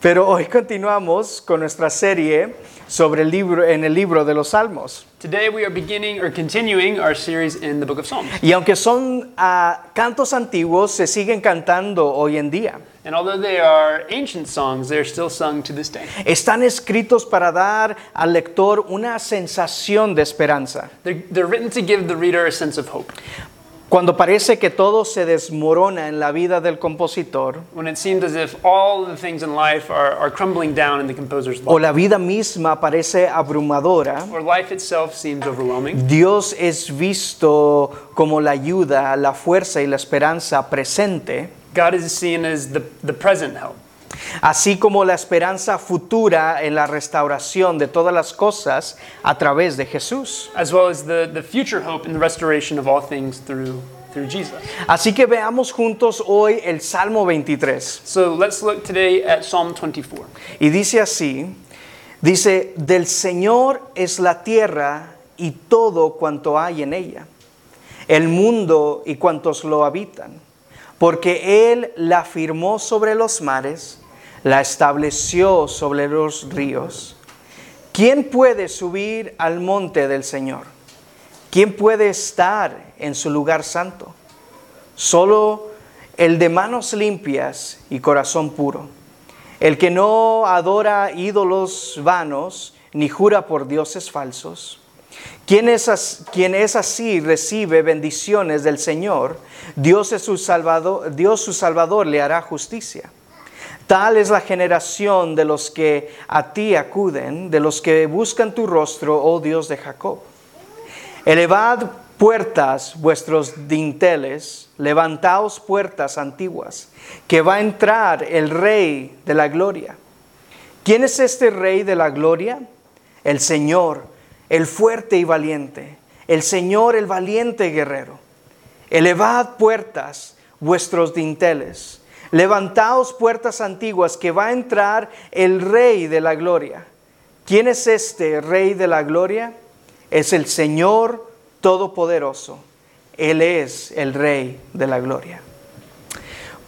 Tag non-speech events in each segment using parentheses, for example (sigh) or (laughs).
Pero hoy continuamos con nuestra serie sobre el libro en el libro de los Salmos. Today we are beginning or continuing our series in the book of Psalms. Y aunque son ah, cantos antiguos, se siguen cantando hoy en día. And although they are ancient songs, they're still sung to this day. Están escritos para dar al lector una sensación de esperanza. They're, they're written to give the reader a sense of hope. Cuando parece que todo se desmorona en la vida del compositor When it seems as if all the things in life are, are crumbling down in the composer's o life, la vida misma parece abrumadora, or life itself seems overwhelming, Dios es visto como la ayuda, la fuerza y la esperanza presente God is seen as the, the present help. así como la esperanza futura en la restauración de todas las cosas a través de Jesús. As well as the, the future hope in the restoration of all things through, through Jesus. Así que veamos juntos hoy el Salmo 23. So let's look today at Psalm 24. Y dice así, dice, del Señor es la tierra y todo cuanto hay en ella, el mundo y cuantos lo habitan, porque Él la firmó sobre los mares, la estableció sobre los ríos. ¿Quién puede subir al monte del Señor? ¿Quién puede estar en su lugar santo? Solo el de manos limpias y corazón puro, el que no adora ídolos vanos ni jura por dioses falsos. Quien es, as- quien es así recibe bendiciones del Señor, Dios, es su salvador, Dios su Salvador le hará justicia. Tal es la generación de los que a ti acuden, de los que buscan tu rostro, oh Dios de Jacob. Elevad puertas vuestros dinteles, levantaos puertas antiguas, que va a entrar el Rey de la Gloria. ¿Quién es este Rey de la Gloria? El Señor, el fuerte y valiente, el Señor, el valiente guerrero. Elevad puertas vuestros dinteles, levantaos puertas antiguas, que va a entrar el Rey de la Gloria. ¿Quién es este Rey de la Gloria? Es el Señor Todopoderoso. Él es el Rey de la Gloria.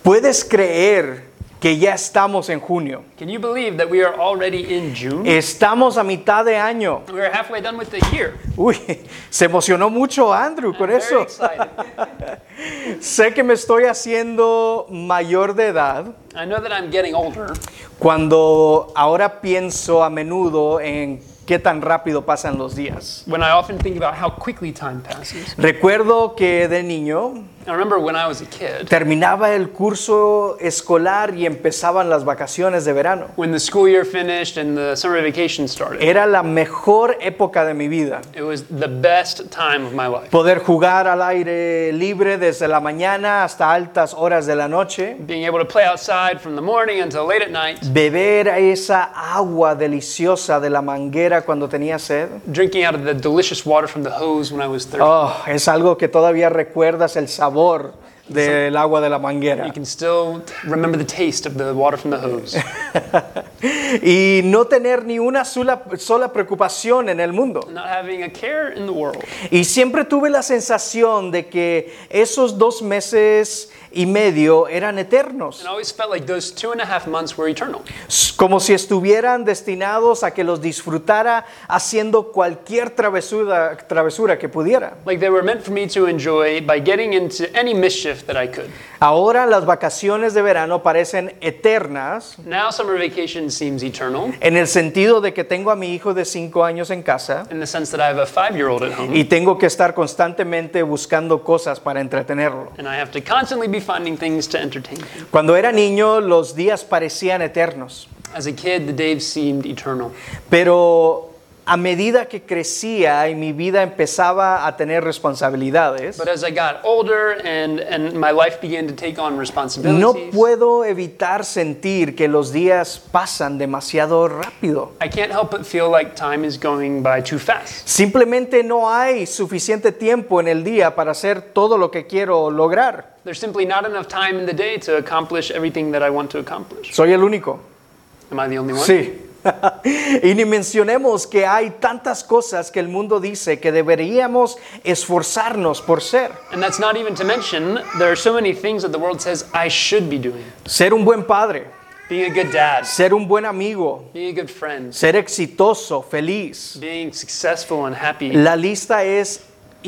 ¿Puedes creer que ya estamos en junio? Can you believe that we are already in Eh. June? Estamos a mitad de año. We are halfway done with the year. Uy, (laughs) se emocionó mucho Andrew con I'm very eso. excited. Sé que me estoy haciendo mayor de edad I know that I'm getting older, cuando ahora pienso a menudo en qué tan rápido pasan los días. when I often think about how quickly time passes. Recuerdo que de niño I remember when I was a kid, terminaba el curso escolar y empezaban las vacaciones de verano. when the school year finished and the summer vacation started, Era la mejor época de mi vida. it was the best time of my life. Poder jugar al aire libre desde la mañana hasta altas horas de la noche. Being able to play outside from the morning until late at night, Beber esa agua deliciosa de la manguera cuando tenía sed. drinking out of the delicious water from the hose when I was 30. Oh, es algo que todavía recuerdas el sabor del agua de la manguera. You can still remember the taste of the water from the hose. (laughs) Y no tener ni una sola, sola preocupación en el mundo. Not having a care in the world. Y siempre tuve la sensación de que esos dos meses y medio eran eternos, And I always felt like those two and a half months were eternal. S- como si estuvieran destinados a que los disfrutara haciendo cualquier travesura, travesura que pudiera. Like they were meant for me to enjoy by getting into any mischief that I could. Ahora las vacaciones de verano parecen eternas Now summer vacation seems eternal en el sentido de que tengo a mi hijo de 5 años en casa in the sense that I have a five year old at home. y tengo que estar constantemente buscando cosas para entretenerlo. and I have to constantly be finding things to entertain him. Cuando era niño los días parecían eternos. As a kid, the days seemed eternal. Pero a medida que crecía y mi vida empezaba a tener responsabilidades, But as I got older and, and my life began to take on no responsibilities, puedo evitar sentir que los días pasan demasiado rápido. I can't help but feel like time is going by too fast. Simplemente no hay suficiente tiempo en el día para hacer todo lo que quiero lograr. There's simply not enough time in the day to accomplish everything that I want to accomplish. Soy el único. Am I the only one? Sí. (laughs) y ni mencionemos que hay tantas cosas que el mundo dice que deberíamos esforzarnos por ser. And that's not even to mention, there are so many things that the world says I should be doing. Ser un buen padre, being a good dad, ser un buen amigo, being a good friend, ser exitoso, feliz. being successful and happy. La lista es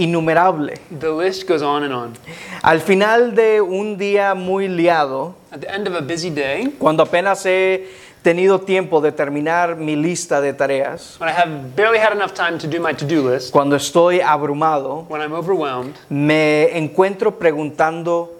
innumerable. The list goes on and on. Al final de un día muy liado, At the end of a busy day, cuando apenas he tenido tiempo de terminar mi lista de tareas, when I have barely had enough time to do my to do list, cuando estoy abrumado, when I'm overwhelmed, me encuentro preguntando,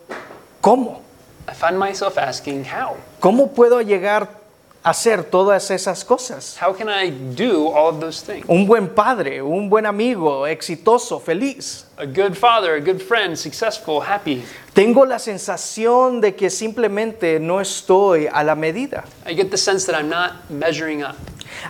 ¿cómo? I find myself asking, how? ¿Cómo puedo llegar a hacer todas esas cosas? How can I do all of those things? Un buen padre, un buen amigo, exitoso, feliz. A good father, a good friend, successful, happy. Tengo la sensación de que simplemente no estoy a la medida. I get the sense that I'm not measuring up.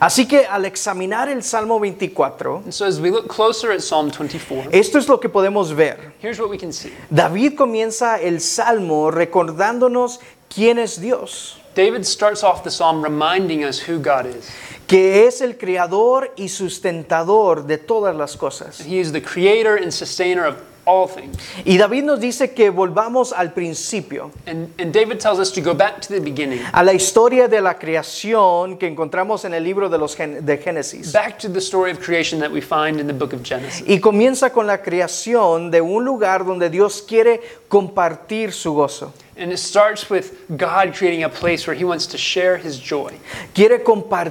Así que al examinar el Salmo 24, And so as we look closer at Psalm 24, esto es lo que podemos ver. here's what we can see. David comienza el Salmo recordándonos quién es Dios, David starts off the psalm reminding us who God is. que es el creador y sustentador de todas las cosas. He is the creator and sustainer of all things. Y David nos dice que volvamos al principio, And, and David tells us to go back to the beginning, a la historia de la creación que encontramos en el libro de, los Gen- de Génesis. back to the story of creation that we find in the book of Genesis. Y comienza con la creación de un lugar donde Dios quiere compartir su gozo, And it starts with God creating a place where he wants to share his joy. quiere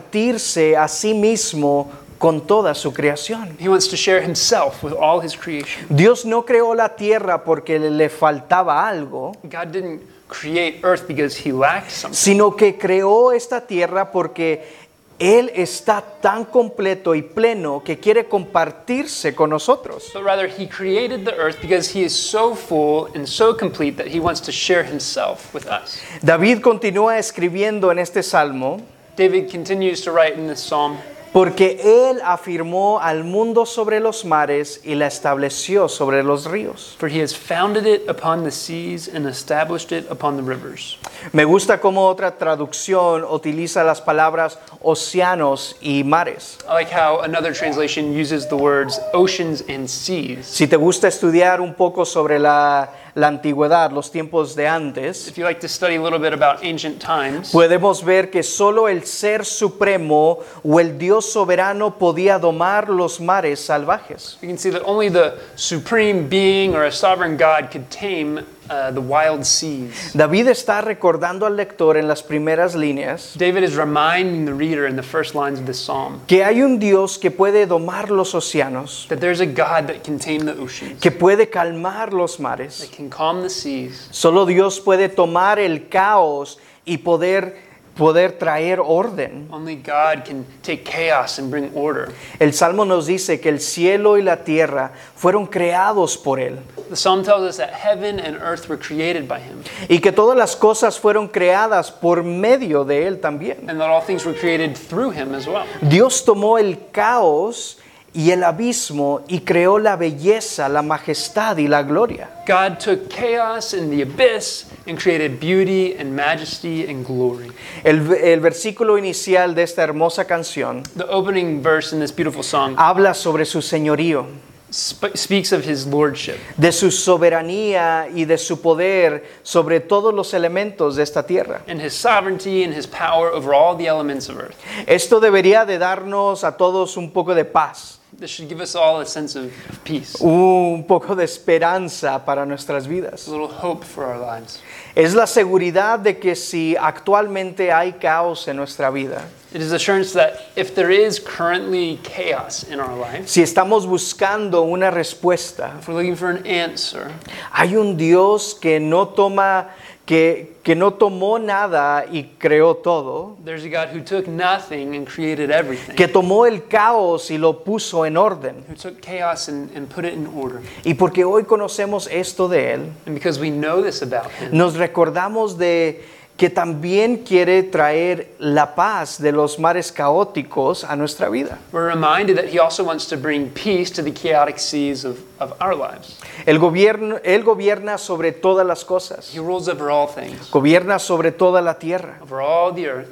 compartirse a sí mismo con toda su creación. He wants to share himself with all his creation. Dios no creó la tierra porque le faltaba algo, God didn't create earth because he lacked something. sino que creó esta tierra porque Él está tan completo y pleno que quiere compartirse con nosotros. But rather, he created the earth because he is so full and so complete that he wants to share himself with us. David continúa escribiendo en este salmo David continues to write in this psalm porque Él afirmó al mundo sobre los mares y la estableció sobre los ríos. For he has founded it upon the seas and established it upon the rivers. Me gusta cómo otra traducción utiliza las palabras océanos y mares. I like how another translation uses the words oceans and seas. Si te gusta estudiar un poco sobre la, la antigüedad, los tiempos de antes, If you like to study a little bit about ancient times, podemos ver que solo el Ser Supremo o el Dios soberano podía domar los mares salvajes. you can see that only the supreme being or a sovereign God could tame uh, the wild seas. David está recordando al lector en las primeras líneas David is reminding the reader in the first lines of this psalm que hay un Dios que puede domar los océanos, that there's a God that can tame the oceans, que puede calmar los mares. that can calm the seas. Solo Dios puede tomar el caos y poder, poder traer orden. Only God can take chaos and bring order. El Salmo nos dice que el cielo y la tierra fueron creados por Él The psalm tells us that heaven and earth were created by him. y que todas las cosas fueron creadas por medio de Él también. and that all things were created through him as well. Dios tomó el caos y el abismo y creó la belleza, la majestad y la gloria. God took chaos and the abyss and created beauty and majesty and glory. El, el versículo inicial de esta hermosa canción The opening verse in this beautiful song habla sobre su señorío, sp- speaks of his lordship, de su soberanía y de su poder sobre todos los elementos de esta tierra. and his sovereignty and his power over all the elements of earth. Esto debería de darnos a todos un poco de paz. This should give us all a sense of of peace, un poco de esperanza para nuestras vidas. a little hope for our lives. Es la seguridad de que si actualmente hay caos en nuestra vida, It is assurance that if there is currently chaos in our lives, si estamos buscando una respuesta, if we're looking for an answer, hay un Dios que no toma que, que no tomó nada y creó todo, there's a God who took nothing and created everything, que tomó el caos y lo puso en orden. who took chaos and, and put it in order. Y porque hoy conocemos esto de Él, And because we know this about him, nos recordamos de que también quiere traer la paz de los mares caóticos a nuestra vida. we're reminded that he also wants to bring peace to the chaotic seas of, of our lives. El gobierno, él gobierna sobre todas las cosas, He rules over all things, gobierna sobre toda la tierra, over all the earth,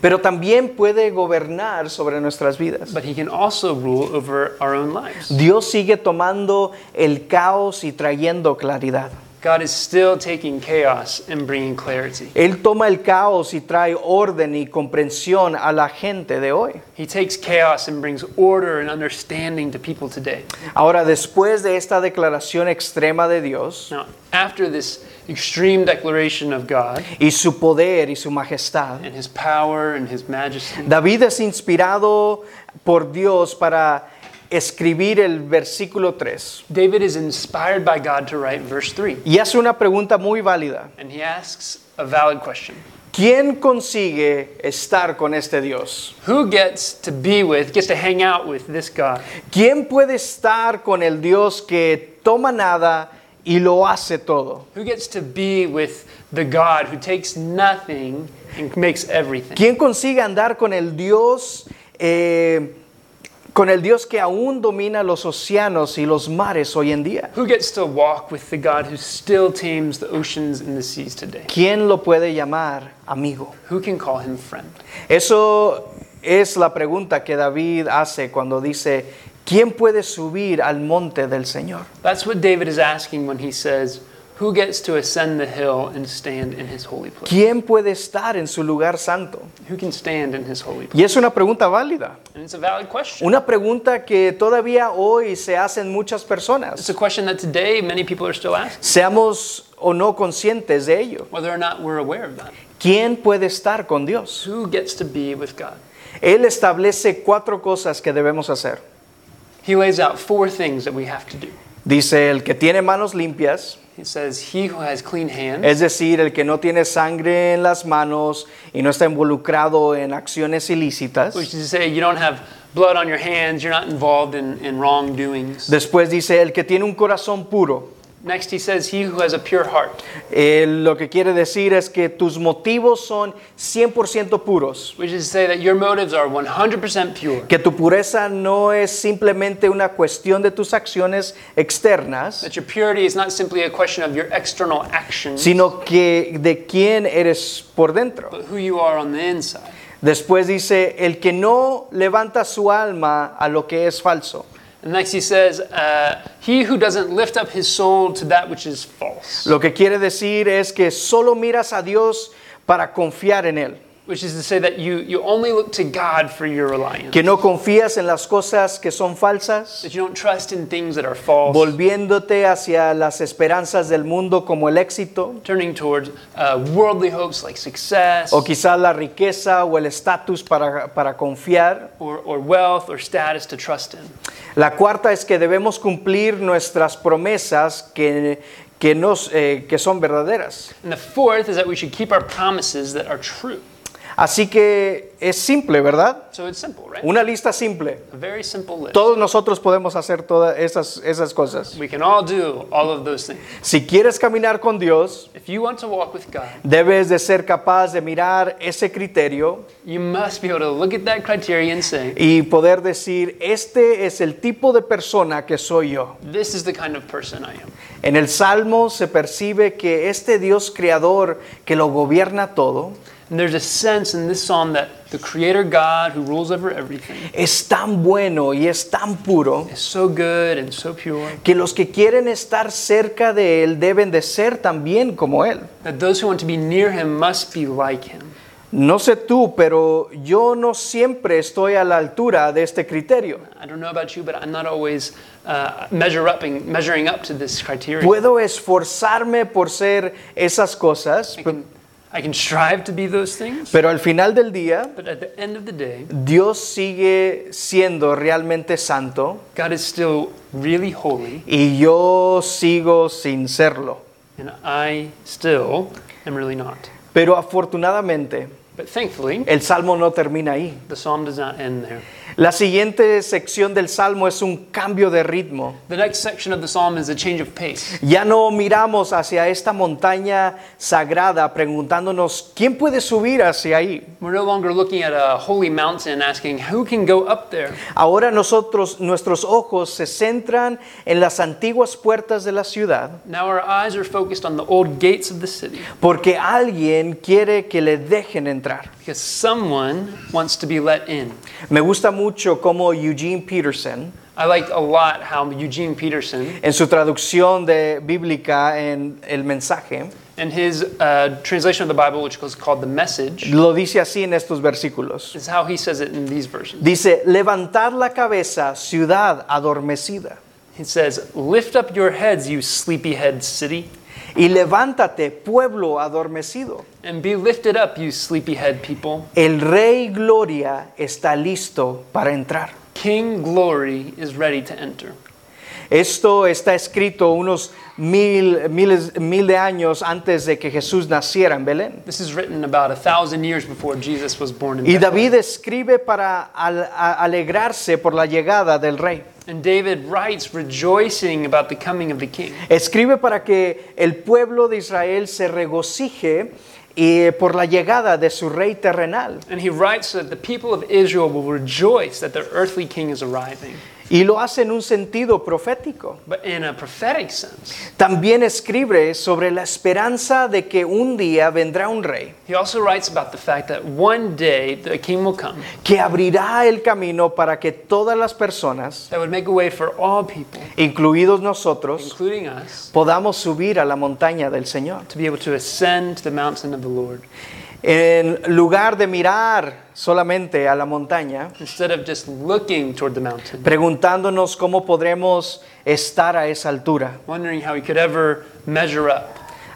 pero también puede gobernar sobre nuestras vidas. but he can also rule over our own lives. Dios sigue tomando el caos y trayendo claridad. God is still taking chaos and bringing clarity. Él toma el caos y trae orden y comprensión a la gente de hoy. He takes chaos and brings order and understanding to people today. Ahora, después de esta declaración extrema de Dios Now, after this extreme declaration of God y su poder y su majestad, and his power and his majesty, David es inspirado por Dios para escribir el versículo 3. David is inspired by God to write verse 3. Y hace una pregunta muy válida. And he asks a valid question ¿Quién consigue estar con este Dios? Who gets to be with, gets to hang out with this God? ¿Quién puede estar con el Dios que toma nada y lo hace todo? Who gets to be with the God who takes nothing and makes everything? ¿Quién consigue andar con el Dios, eh, con el Dios que aún domina los océanos y los mares hoy en día? Who gets to walk with the God who still tames the oceans and the seas today? ¿Quién lo puede llamar amigo? Who can call him friend? Eso es la pregunta que David hace cuando dice, ¿quién puede subir al monte del Señor? That's what David is asking when he says, Who gets to ascend the hill and stand in his holy place? ¿Quién puede estar en su lugar santo? Who can stand in his holy place? Y es una pregunta válida, And it's a valid question. una pregunta que todavía hoy se hacen muchas It's personas, a question that today many people are still asking, seamos o no conscientes de ello. whether or not we're aware of that. ¿Quién puede estar con Dios? Who gets to be with God? Él establece cuatro cosas que debemos hacer. He lays out four things that we have to do. Dice, el que tiene manos limpias, He says, He who has clean hands, es decir, el que no tiene sangre en las manos y no está involucrado en acciones ilícitas. which is to say, you don't have blood on your hands, you're not involved in, in wrongdoings. Después dice, el que tiene un corazón puro. Next, he says, He who has a pure heart, Eh, lo que quiere decir es que tus motivos son 100% puros, which is to say that your motives are 100% pure, que tu pureza no es simplemente una cuestión de tus acciones externas, that your purity is not simply a question of your external actions, sino que de quién eres por dentro. but who you are on the inside. Después dice, el que no levanta su alma a lo que es falso. And next, he says, uh, He who doesn't lift up his soul to that which is false, Lo que quiere decir es que solo miras a Dios para confiar en Él, which is to say that you, you only look to God for your reliance, que no confías en las cosas que son falsas, that you don't trust in things that are false. volviéndote hacia las esperanzas del mundo como el éxito, turning towards uh, worldly hopes like success o quizás la riqueza o el estatus para, para confiar. or, or wealth or status to trust in. La cuarta es que debemos cumplir nuestras promesas que, que nos, eh, que son verdaderas. And the fourth is that we should keep our promises that are true. Así que es simple, ¿verdad? So it's simple, right? Una lista simple. A very simple list. Todos nosotros podemos hacer todas esas, esas cosas. We can all do all of those things. Si quieres caminar con Dios, If you want to walk with God, debes de ser capaz de mirar ese criterio you must be able to look at that criteria and say, y poder decir, este es el tipo de persona que soy yo. this is the kind of person I am. En el Salmo se percibe que este Dios creador que lo gobierna todo And there's a sense in this psalm that the Creator God who rules over everything es tan bueno y es tan puro is so good and so pure que los que quieren estar cerca de Él deben de ser también como Él. that those who want to be near Him must be like Him. No sé tú, pero yo no siempre estoy a la altura de este criterio. I don't know about you, but I'm not always uh, measure upping, measuring up to this criteria. Puedo esforzarme por ser esas cosas, I, pe- can, I can strive to be those things, pero al final del día, but at the end of the day, Dios sigue siendo realmente santo God is still really holy, y yo sigo sin serlo. and I still am really not. Pero afortunadamente, But thankfully, el Salmo no termina ahí. the psalm does not end there. La siguiente sección del Salmo es un cambio de ritmo. The next section of the psalm is a change of pace. Ya no miramos hacia esta montaña sagrada preguntándonos, ¿quién puede subir hacia ahí? We're no longer looking at a holy mountain asking, who can go up there? Ahora nosotros, nuestros ojos se centran en las antiguas puertas de la ciudad, Now our eyes are focused on the old gates of the city porque alguien quiere que le dejen entrar. because someone wants to be let in. Me gusta mucho cómo Eugene Peterson I liked a lot how Eugene Peterson En su traducción de bíblica en el mensaje, and his uh, translation of the Bible, which was called The Message, lo dice así en estos versículos. is how he says it in these versions. Dice, levantad la cabeza, ciudad adormecida, He says, Lift up your heads, you sleepyhead city, y levántate, pueblo adormecido. and be lifted up, you sleepyhead people. El rey Gloria está listo para entrar. King Glory is ready to enter. Esto está escrito unos mil, miles, mil de años antes de que Jesús naciera en Belén. This is written about a thousand years before Jesus was born in Y Bethlehem. David escribe para al- a- alegrarse por la llegada del rey. And David writes, rejoicing about the coming of the king. Escribe para que el pueblo de Israel se regocije eh, por la llegada de su rey terrenal. And he writes that the people of Israel will rejoice that their earthly king is arriving, Y lo hace en un sentido profético. but in a prophetic sense. También escribe sobre la esperanza de que un día vendrá un rey He also writes about the fact that one day the king will come que abrirá el camino para que todas las personas, that would make a way for all people, incluidos nosotros, including us, podamos subir a la montaña del Señor. to be able to ascend to the mountain of the Lord En lugar de mirar solamente a la montaña, instead of just looking toward the mountain, preguntándonos cómo podremos estar a esa altura. wondering how he could ever measure up.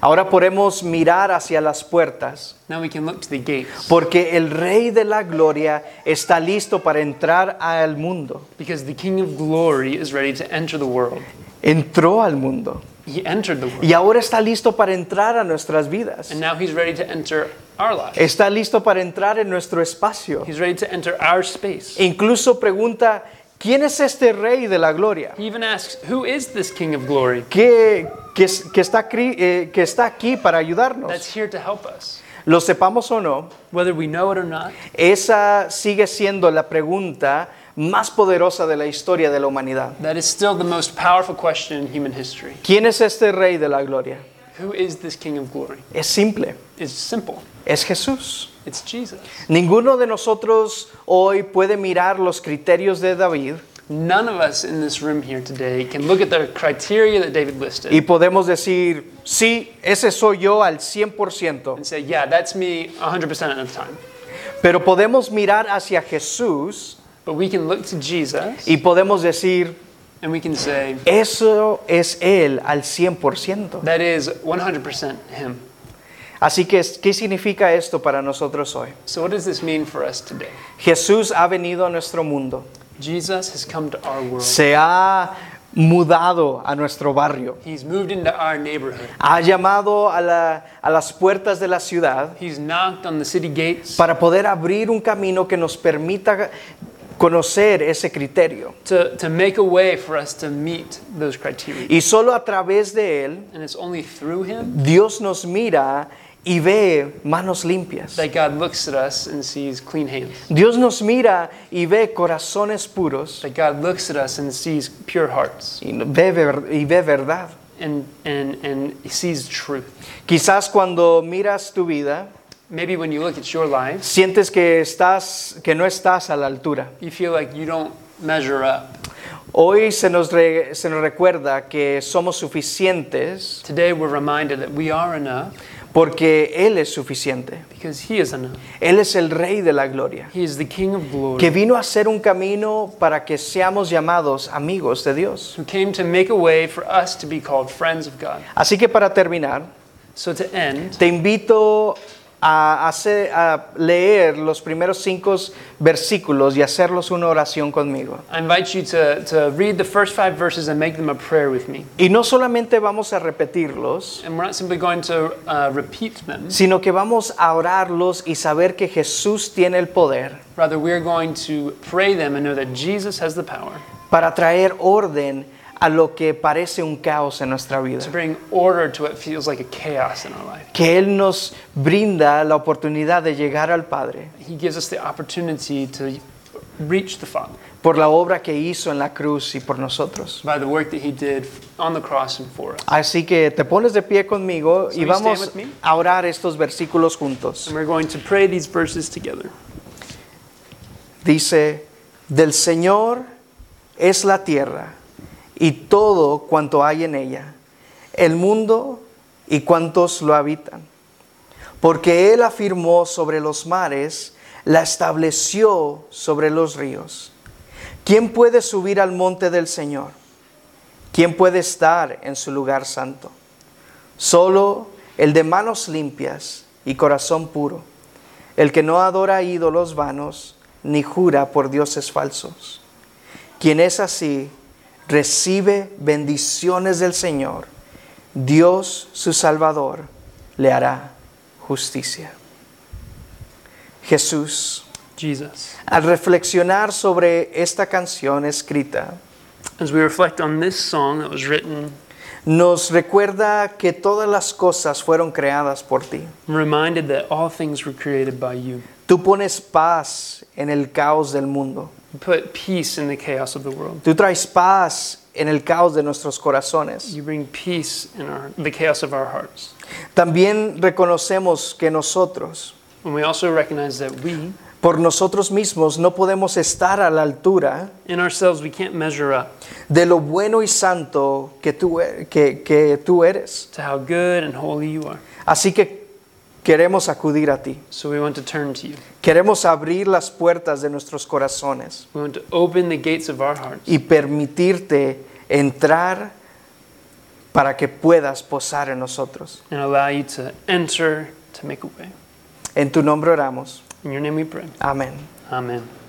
Ahora podemos mirar hacia las puertas, Now we can look to the gates porque el Rey de la Gloria está listo para entrar al mundo. because the King of glory is ready to enter the world. Entró al mundo He entered the world. y ahora está listo para entrar a nuestras vidas. And now he's ready to enter our lives. Está listo para entrar en nuestro espacio. He's ready to enter our space. Incluso pregunta, ¿quién es este Rey de la Gloria? He even asks, Who is this King of glory que, que, que está, cri- eh, que está aquí para ayudarnos. that's here to help us? Lo sepamos o no, Whether we know it or not, esa sigue siendo la pregunta más poderosa de la historia de la humanidad. that is still the most powerful question in human history. ¿Quién es este rey de la gloria? Who is this King of glory? Es simple, It's simple. es Jesús. It's Jesus. Ninguno de nosotros hoy puede mirar los criterios de David None of us in this room here today can look at the criteria that David listed y podemos decir, sí, ese soy yo al 100%, and say, Yeah, that's me 100% of the time. pero podemos mirar hacia Jesús But we can look to Jesus y podemos decir, and we can say, eso es Él al 100%. That is 100% Him. Así que, ¿qué significa esto para nosotros hoy? So, what does this mean for us today? Jesús ha venido a nuestro mundo, Jesus has come to our world. se ha mudado a nuestro barrio, He's moved into our neighborhood. ha llamado a, la- a las puertas de la ciudad He's knocked on the city gates para poder abrir un camino que nos permita conocer ese criterio. to, to make a way for us to meet those criteria. Y solo a través de él, And it's only through him Dios nos mira y ve manos limpias. that God looks at us and sees clean hands, Dios nos mira y ve corazones puros that God looks at us and sees pure hearts y ve ver- y ve verdad. and, and, and he sees truth. Quizás cuando miras tu vida, Maybe when you look at your life, sientes que estás que no estás a la altura. you feel like you don't measure up. Hoy se nos, re- se nos recuerda que somos suficientes Today we're reminded that we are enough porque Él es suficiente. because he is enough. Él es el Rey de la Gloria, He is the King of que glory vino a hacer un camino para que seamos llamados amigos de Dios. who came to make a way for us to be called friends of God. Así que para terminar, So to end, te invito a, hacer- a leer los primeros cinco versículos y hacerlos una oración conmigo. I invite you to, to read the first five verses and make them a prayer with me. Y no solamente vamos a repetirlos, And we're not simply going to uh, repeat them, sino que vamos a orarlos y saber que Jesús tiene el poder rather, we're going to pray them and know that Jesus has the power para traer orden a lo que parece un caos en nuestra vida. to bring order to what feels like a chaos in our life. Que Él nos brinda la oportunidad de llegar al Padre He gives us the opportunity to reach the Father por la obra que hizo en la cruz y por nosotros. by the work that He did on the cross and for us. Así que te pones de pie conmigo y you vamos stand with me? a orar estos versículos And juntos. we're going to pray these verses together. Dice, del Señor es la tierra y todo cuanto hay en ella, el mundo y cuantos lo habitan. Porque Él afirmó sobre los mares, la estableció sobre los ríos. ¿Quién puede subir al monte del Señor? ¿Quién puede estar en su lugar santo? Solo el de manos limpias y corazón puro, el que no adora a ídolos vanos ni jura por dioses falsos. Quien es así recibe bendiciones del Señor. Dios su Salvador le hará justicia. Jesús, Jesus. al reflexionar sobre esta canción escrita, As we reflect on this song that was written, nos recuerda que todas las cosas fueron creadas por ti. I'm reminded that all things were created by you. Tú pones paz en el caos del mundo. You put peace in the chaos of the world. Tú traes paz en el caos de nuestros corazones. You bring peace in our, the chaos of our hearts. También reconocemos que nosotros, And we also recognize that we, por nosotros mismos, no podemos estar a la altura in ourselves, we can't measure up de lo bueno y santo que tú, e- que- que tú eres. to how good and holy you are. Así que queremos acudir a ti. So we want to turn to you. Queremos abrir las puertas de nuestros corazones We want to open the gates of our hearts y permitirte entrar para que puedas posar en nosotros. and allow you to enter to make a way. En tu nombre oramos. In your name we pray. Amén. Amen.